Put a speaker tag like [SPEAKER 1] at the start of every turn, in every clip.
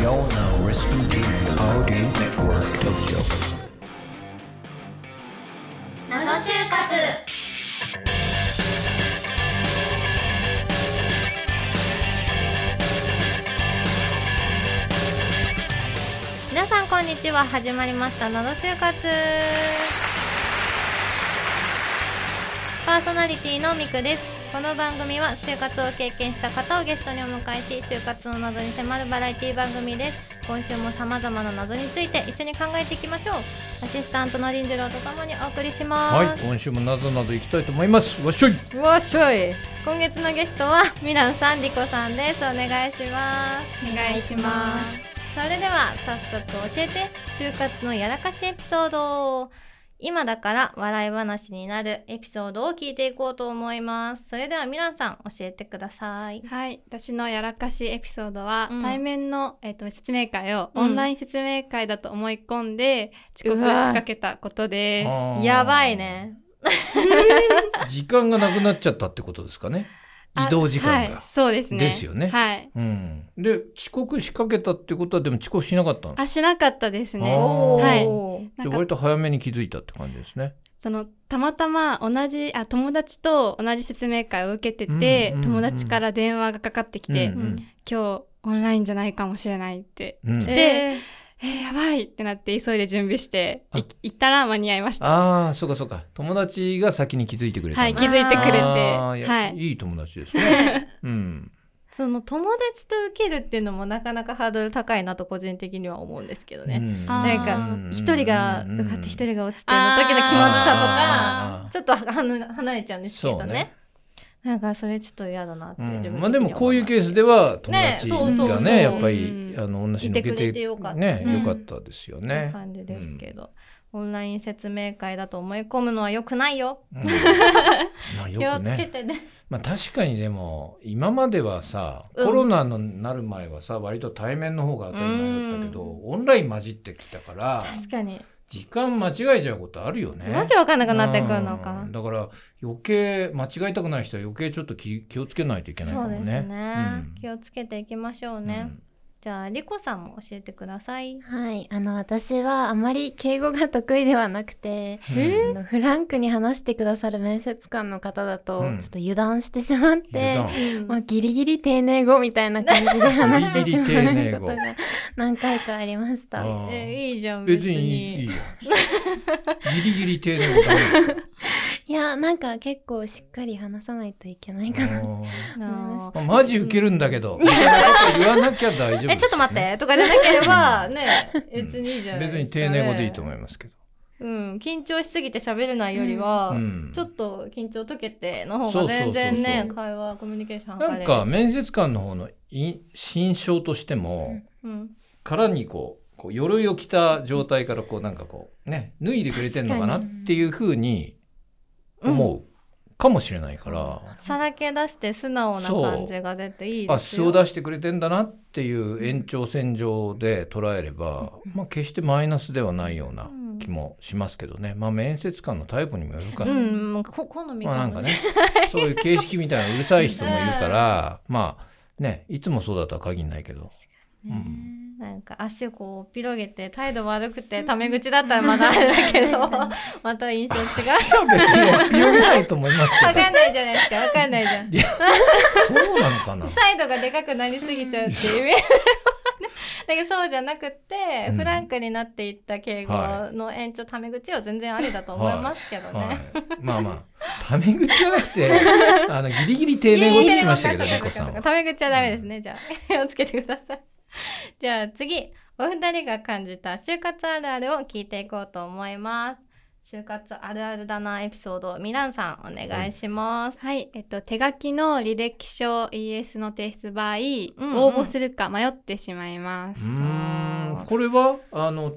[SPEAKER 1] You're now listening to Audio Network Tokyo.
[SPEAKER 2] 謎就活皆さんこんにちは始まりました謎就活パーソナリティのみくですこの番組は就活を経験した方をゲストにお迎えし就活の謎に迫るバラエティ番組です今週も様々な謎について一緒に考えていきましょうアシスタントのりんじろうとともにお送りします、
[SPEAKER 3] はい、今週もなどなど行きたいと思います。わっしょい。
[SPEAKER 2] わっしょい今月のゲストはミランさんリコさんですお願いします
[SPEAKER 4] お願いします
[SPEAKER 2] それでは早速教えて就活のやらかしエピソード今だから笑い話になるエピソードを聞いていこうと思いますそれではミランさん教えてください
[SPEAKER 4] はい私のやらかしエピソードは、
[SPEAKER 2] うん
[SPEAKER 4] 対面の、えっと説明会を
[SPEAKER 2] うん
[SPEAKER 4] オンライン説明会だと思い込んで、遅
[SPEAKER 2] う
[SPEAKER 4] 刻
[SPEAKER 2] わ
[SPEAKER 4] 仕
[SPEAKER 2] ー
[SPEAKER 4] 掛けたことです
[SPEAKER 3] あー
[SPEAKER 2] やばい。ね
[SPEAKER 3] 時間がなくなっちゃったってことですかね。
[SPEAKER 4] あ
[SPEAKER 3] 移動時間
[SPEAKER 4] は
[SPEAKER 3] が
[SPEAKER 4] い、。そうですね
[SPEAKER 3] ですよね
[SPEAKER 4] はい
[SPEAKER 3] うん。で遅刻しかけたってことはでも遅刻しなかったんで
[SPEAKER 4] あしなかったです
[SPEAKER 3] あー
[SPEAKER 4] ね
[SPEAKER 2] おー
[SPEAKER 4] な
[SPEAKER 3] す。で
[SPEAKER 4] んか
[SPEAKER 3] 割と早めに気づいたって感じですね。
[SPEAKER 4] そのたまたま同じあ友達と同じ説明会を受けてて、
[SPEAKER 3] うんうんうん
[SPEAKER 4] 友達から電話がかかってきて、
[SPEAKER 3] うんうん
[SPEAKER 4] 今日オンラインじゃないかもしれないって、
[SPEAKER 3] うん
[SPEAKER 4] で、
[SPEAKER 2] え
[SPEAKER 4] えーやばいってなって急いで準備して
[SPEAKER 3] あ
[SPEAKER 4] い行ったら間に合いました
[SPEAKER 3] ああ、そうかそうか。友達が先に気づいてくれたんだ。
[SPEAKER 4] はい気づいてくれて
[SPEAKER 3] あーいや
[SPEAKER 4] はい
[SPEAKER 3] いい友達ですね。 うん。
[SPEAKER 2] ーその友達と受けるっていうのもなかなかハードル高いなと個人的には思うんですけどね、
[SPEAKER 3] うん
[SPEAKER 4] あー
[SPEAKER 2] なんか一人が受かって一。人が落ちての
[SPEAKER 4] あー
[SPEAKER 2] 時の気まずさ
[SPEAKER 3] あー
[SPEAKER 2] とかちょっとはぬ離れちゃうんですけ
[SPEAKER 3] そ
[SPEAKER 2] ど
[SPEAKER 3] う
[SPEAKER 2] ね
[SPEAKER 3] ね。
[SPEAKER 2] なんかそれちょっと嫌だなって
[SPEAKER 3] う
[SPEAKER 2] 自分的
[SPEAKER 3] ん、
[SPEAKER 2] には
[SPEAKER 3] まあでもこういうケースでは友達
[SPEAKER 2] ねそうそう
[SPEAKER 3] が
[SPEAKER 2] そう
[SPEAKER 3] ねやっぱ
[SPEAKER 4] う
[SPEAKER 3] り
[SPEAKER 4] ん
[SPEAKER 3] あの同じ
[SPEAKER 2] い
[SPEAKER 3] の
[SPEAKER 2] て
[SPEAKER 3] け
[SPEAKER 2] くれて
[SPEAKER 3] て
[SPEAKER 2] よかった
[SPEAKER 3] ね
[SPEAKER 2] うん
[SPEAKER 3] 良かったですよ
[SPEAKER 2] って
[SPEAKER 3] ね。
[SPEAKER 2] 感じですけど、オンライン説明会だと思い込むのは良くないよ
[SPEAKER 3] うんまあ
[SPEAKER 2] 気
[SPEAKER 3] よく
[SPEAKER 2] をつけ
[SPEAKER 3] ね、
[SPEAKER 2] てね
[SPEAKER 3] まあ、確かにでも今まではさ
[SPEAKER 2] うん
[SPEAKER 3] コロナのなる前はさ割と対面の方が当たり前だったけど、
[SPEAKER 2] う
[SPEAKER 3] オンライン混じってきたから
[SPEAKER 2] 確かに、
[SPEAKER 3] 時間間違えちゃうことあるよね。
[SPEAKER 2] わけわかんなくなってくるのか
[SPEAKER 3] うんだから余計間違えたくない人は余計ちょっと気気をつけないといけないかも
[SPEAKER 2] そう
[SPEAKER 3] ね。
[SPEAKER 2] ですね、
[SPEAKER 3] うん
[SPEAKER 2] 気をつけていきましょうね、
[SPEAKER 3] うん
[SPEAKER 2] じゃあリコさんも教えてください
[SPEAKER 5] はい、あの私はあまり敬語が得意ではなくて、
[SPEAKER 3] うん
[SPEAKER 5] あのフランクに話してくださる面接官の方だと、
[SPEAKER 3] うん
[SPEAKER 5] ちょっと油断してしまっ
[SPEAKER 3] 油
[SPEAKER 5] て
[SPEAKER 3] 断、
[SPEAKER 5] まあ、ギリギリ丁寧語みたいな感じで話してしま
[SPEAKER 3] ギリギリ丁寧
[SPEAKER 5] う
[SPEAKER 3] 語
[SPEAKER 5] ことが何回かありました。は
[SPEAKER 3] あー
[SPEAKER 2] えいいじゃん別
[SPEAKER 3] 別
[SPEAKER 2] に
[SPEAKER 3] にいいいいじゃん。ギリギリ丁寧にダメですよ
[SPEAKER 5] いや、なんか結構しっかり話さないといけないかな。
[SPEAKER 2] なあ
[SPEAKER 3] あーマジウケるんだけど。みたいなこと言わなきゃ大丈夫ですね、
[SPEAKER 2] えちょっと待ってとかじゃなければね別にいいじゃない
[SPEAKER 3] 別
[SPEAKER 2] で
[SPEAKER 3] に
[SPEAKER 2] すか、ね
[SPEAKER 3] 丁寧語でいいと思いますけど。
[SPEAKER 2] うん、緊張しすぎて喋れないよりは、
[SPEAKER 3] うん
[SPEAKER 2] ちょっと緊張解けての
[SPEAKER 3] そ
[SPEAKER 2] 方
[SPEAKER 3] う
[SPEAKER 2] が
[SPEAKER 3] そうそうそう
[SPEAKER 2] 全然ね会話コミュニケーション
[SPEAKER 3] なん
[SPEAKER 2] 図れ
[SPEAKER 3] か
[SPEAKER 2] るし
[SPEAKER 3] 面接官の方の印心象としても、
[SPEAKER 2] うん、
[SPEAKER 3] 殻にこうこう鎧を着た状態からこうなんかこうね脱いでくれてんのかな
[SPEAKER 5] 確かに
[SPEAKER 3] っていうふうに思うかもしれないから、
[SPEAKER 2] さらけ出して素直な感じが出ていい
[SPEAKER 3] あ
[SPEAKER 2] です
[SPEAKER 3] 素
[SPEAKER 2] よ
[SPEAKER 3] を出してくれてんだなっていう延長線上で捉えれば、まあ、決してマイナスではないような気もしますけどね、まあ面接官のタイプにもよるから、
[SPEAKER 2] うんもうこ好み
[SPEAKER 3] まあ
[SPEAKER 2] か
[SPEAKER 3] なん
[SPEAKER 2] も
[SPEAKER 3] か
[SPEAKER 2] ね
[SPEAKER 3] ね そういう形式みたいなうるさい人もいるから、まあねいつもそうだとは限らないけど。
[SPEAKER 2] ねなんか足こう広げて態度悪くてタメ口だったらまだあれだけど
[SPEAKER 5] 確かに
[SPEAKER 2] また印象違う
[SPEAKER 3] 私は別に広げないと思います
[SPEAKER 2] わ
[SPEAKER 3] けど
[SPEAKER 2] かんないじゃないですかわかんないじゃん
[SPEAKER 3] そうなのかな
[SPEAKER 2] 態度がでかくなりすぎちゃうっていうイ メージだけどそうじゃなくて、
[SPEAKER 3] うん
[SPEAKER 2] フランクになっていった敬語の延長タメ口は全然ありだと思いますけどね。
[SPEAKER 3] はい、まあまあタメ口じゃなく てあのギリギリ丁寧語って言ってましたけど
[SPEAKER 2] いやいやいや
[SPEAKER 3] 猫さんは。
[SPEAKER 2] タメ口はダメですね、じゃあ。 気をつけてください。 じゃあ次、お二人が感じた就活あるあるを聞いていこうと思います。就活あるあるだなエピソード、ミランさんお願いします。
[SPEAKER 4] はい、えっと、手書きの履歴書 ES の提出場合、
[SPEAKER 2] うん
[SPEAKER 4] 応募するか迷ってしまいます。
[SPEAKER 3] うーんこれはあの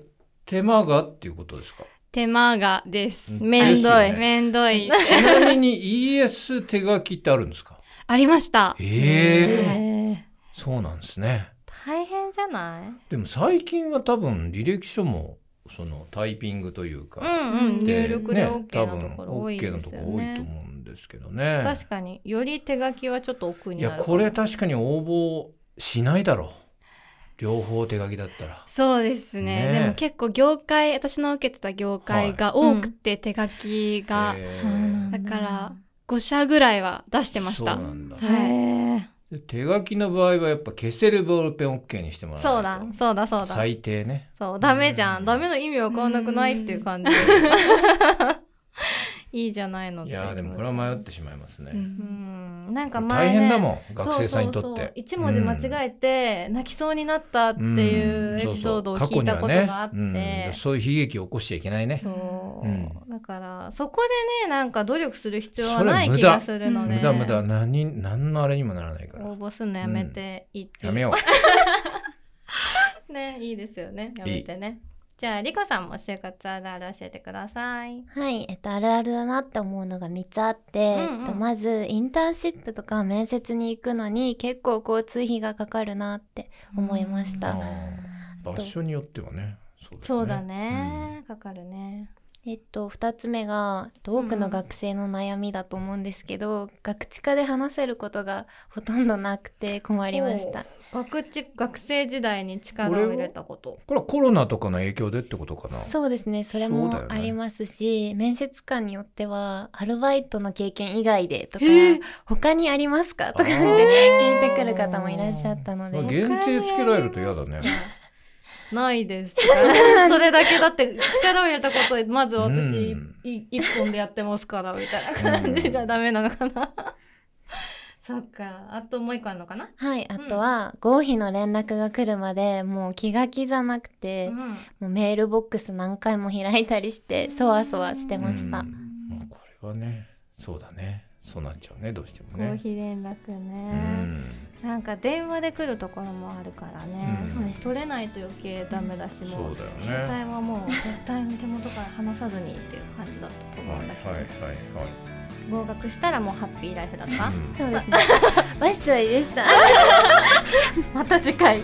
[SPEAKER 3] 手間がっていうことですか
[SPEAKER 4] 手間がです。
[SPEAKER 3] うんめんどいですよね
[SPEAKER 4] めんどい。
[SPEAKER 3] ちなみに ES 手書きってあるんですか
[SPEAKER 4] ありました。
[SPEAKER 3] ええ
[SPEAKER 2] えー
[SPEAKER 3] そうなんですね
[SPEAKER 2] 大変じゃない
[SPEAKER 3] でも最近は多分履歴書もそのタイピングというか、
[SPEAKER 2] うんうん、
[SPEAKER 3] で
[SPEAKER 2] 入力で
[SPEAKER 3] ね
[SPEAKER 2] OK なところ多い
[SPEAKER 3] 多
[SPEAKER 2] で
[SPEAKER 3] 分 OK な
[SPEAKER 2] す
[SPEAKER 3] とこ
[SPEAKER 2] よ
[SPEAKER 3] ろ多いと
[SPEAKER 2] ね。
[SPEAKER 3] 思うんですけどね
[SPEAKER 2] 確かにより手書きはちょっと奥
[SPEAKER 3] い
[SPEAKER 2] にな
[SPEAKER 3] や
[SPEAKER 2] るかも
[SPEAKER 3] これ確かに応募しないだろう両方手書きだったら
[SPEAKER 4] そうですね
[SPEAKER 3] ねえ
[SPEAKER 4] でも結構業界私の受けてた業界が多くて手書きが、
[SPEAKER 3] えー
[SPEAKER 5] そうなん
[SPEAKER 4] だから5社ぐらいは出してまし
[SPEAKER 3] そ
[SPEAKER 4] た
[SPEAKER 3] うなんだ
[SPEAKER 4] は
[SPEAKER 2] へー
[SPEAKER 3] で手書きの場合はやっぱ消せるボールペン OK にしてもら
[SPEAKER 2] そう
[SPEAKER 3] わない
[SPEAKER 2] だ
[SPEAKER 3] と
[SPEAKER 2] そうだそうだ
[SPEAKER 3] 最低ね
[SPEAKER 2] そうダメじゃんダメの意味わかんなくないっていう感じ いいじゃないのっ
[SPEAKER 3] い
[SPEAKER 2] て
[SPEAKER 3] やーでもこれは迷ってしまいますね、
[SPEAKER 4] うん
[SPEAKER 2] うんなんか
[SPEAKER 3] これ
[SPEAKER 2] 前
[SPEAKER 3] 大
[SPEAKER 2] ね
[SPEAKER 3] 変だもん
[SPEAKER 2] そう
[SPEAKER 3] 学生さんにとって
[SPEAKER 2] そうそう一文字間違えて泣きそうになったっていうエピソードを聞いたことがあって、
[SPEAKER 3] うんそうそう過去にはねうんそういう悲劇を起こしちゃいけないね
[SPEAKER 2] そう、
[SPEAKER 3] うん
[SPEAKER 2] だからそこでねなんか努力する必要は
[SPEAKER 3] それ
[SPEAKER 2] ない
[SPEAKER 3] 無
[SPEAKER 2] 気
[SPEAKER 3] 駄
[SPEAKER 2] がするので
[SPEAKER 3] 無駄無駄何何のあれにもならないから
[SPEAKER 2] 応募するのやめていいって、
[SPEAKER 3] やめよ
[SPEAKER 2] うねいいですよねやめてねじゃあリコさんも就活あるある教えてください
[SPEAKER 5] はい、えっと、あるあるだなって思うのが3つあって、
[SPEAKER 2] うんうん
[SPEAKER 5] えっと、まずインターンシップとか面接に行くのに結構交通費がかかるなって思いまし
[SPEAKER 3] うあ
[SPEAKER 5] た。
[SPEAKER 3] ー場所によってはね
[SPEAKER 2] そうだ
[SPEAKER 3] うん
[SPEAKER 2] ね、かかるね
[SPEAKER 5] えっと、2つ目がえっと多くの学生の悩みだと思うんですけど、学知科で話せることが ほとんどなくて困りました。
[SPEAKER 2] 学知学生時代に力を入れたこと
[SPEAKER 3] これはコロナとかの影響でってことかな
[SPEAKER 5] そうですねそれ
[SPEAKER 3] そう
[SPEAKER 5] も
[SPEAKER 3] だよね
[SPEAKER 5] ありますし、面接官によってはアルバイトの経験以外でとか
[SPEAKER 2] へえ
[SPEAKER 5] 他にありますかとかって
[SPEAKER 3] あー
[SPEAKER 5] 聞いてくる方もいらっしゃったの
[SPEAKER 3] まあ
[SPEAKER 5] で
[SPEAKER 3] 限定つけられると嫌だね
[SPEAKER 2] ないです。それだけだって力を入れたことでまず私、
[SPEAKER 3] うん
[SPEAKER 2] い一本でやってますからみたいな感じじゃダメなのかな。 そっか。あともう一個あるのかな。
[SPEAKER 5] はいあとは、合否の連絡が来るまでもう気が気じゃなくて、
[SPEAKER 2] うん
[SPEAKER 5] もうメールボックス何回も開いたりしてそわそわしてました、
[SPEAKER 3] うんまあこれはねそうだねそうなっちゃうねどうしても
[SPEAKER 2] コー
[SPEAKER 3] ね
[SPEAKER 2] ヒー連絡
[SPEAKER 3] う
[SPEAKER 2] ね、
[SPEAKER 3] ん
[SPEAKER 2] なんか電話で来るところもあるからね、
[SPEAKER 3] うん
[SPEAKER 5] そうです
[SPEAKER 2] 取れないと余計ダメだし、
[SPEAKER 3] そう
[SPEAKER 2] もう
[SPEAKER 3] だよね
[SPEAKER 2] 携帯はもう絶対に手元から離さずにっていう感じだったと
[SPEAKER 3] はい
[SPEAKER 2] 思うんだけど、
[SPEAKER 3] はいはいはい
[SPEAKER 2] 合格したらもうハ
[SPEAKER 3] 嗯
[SPEAKER 2] ッピーライフだった
[SPEAKER 3] うん
[SPEAKER 5] そうですねわっしょいでした
[SPEAKER 2] また次回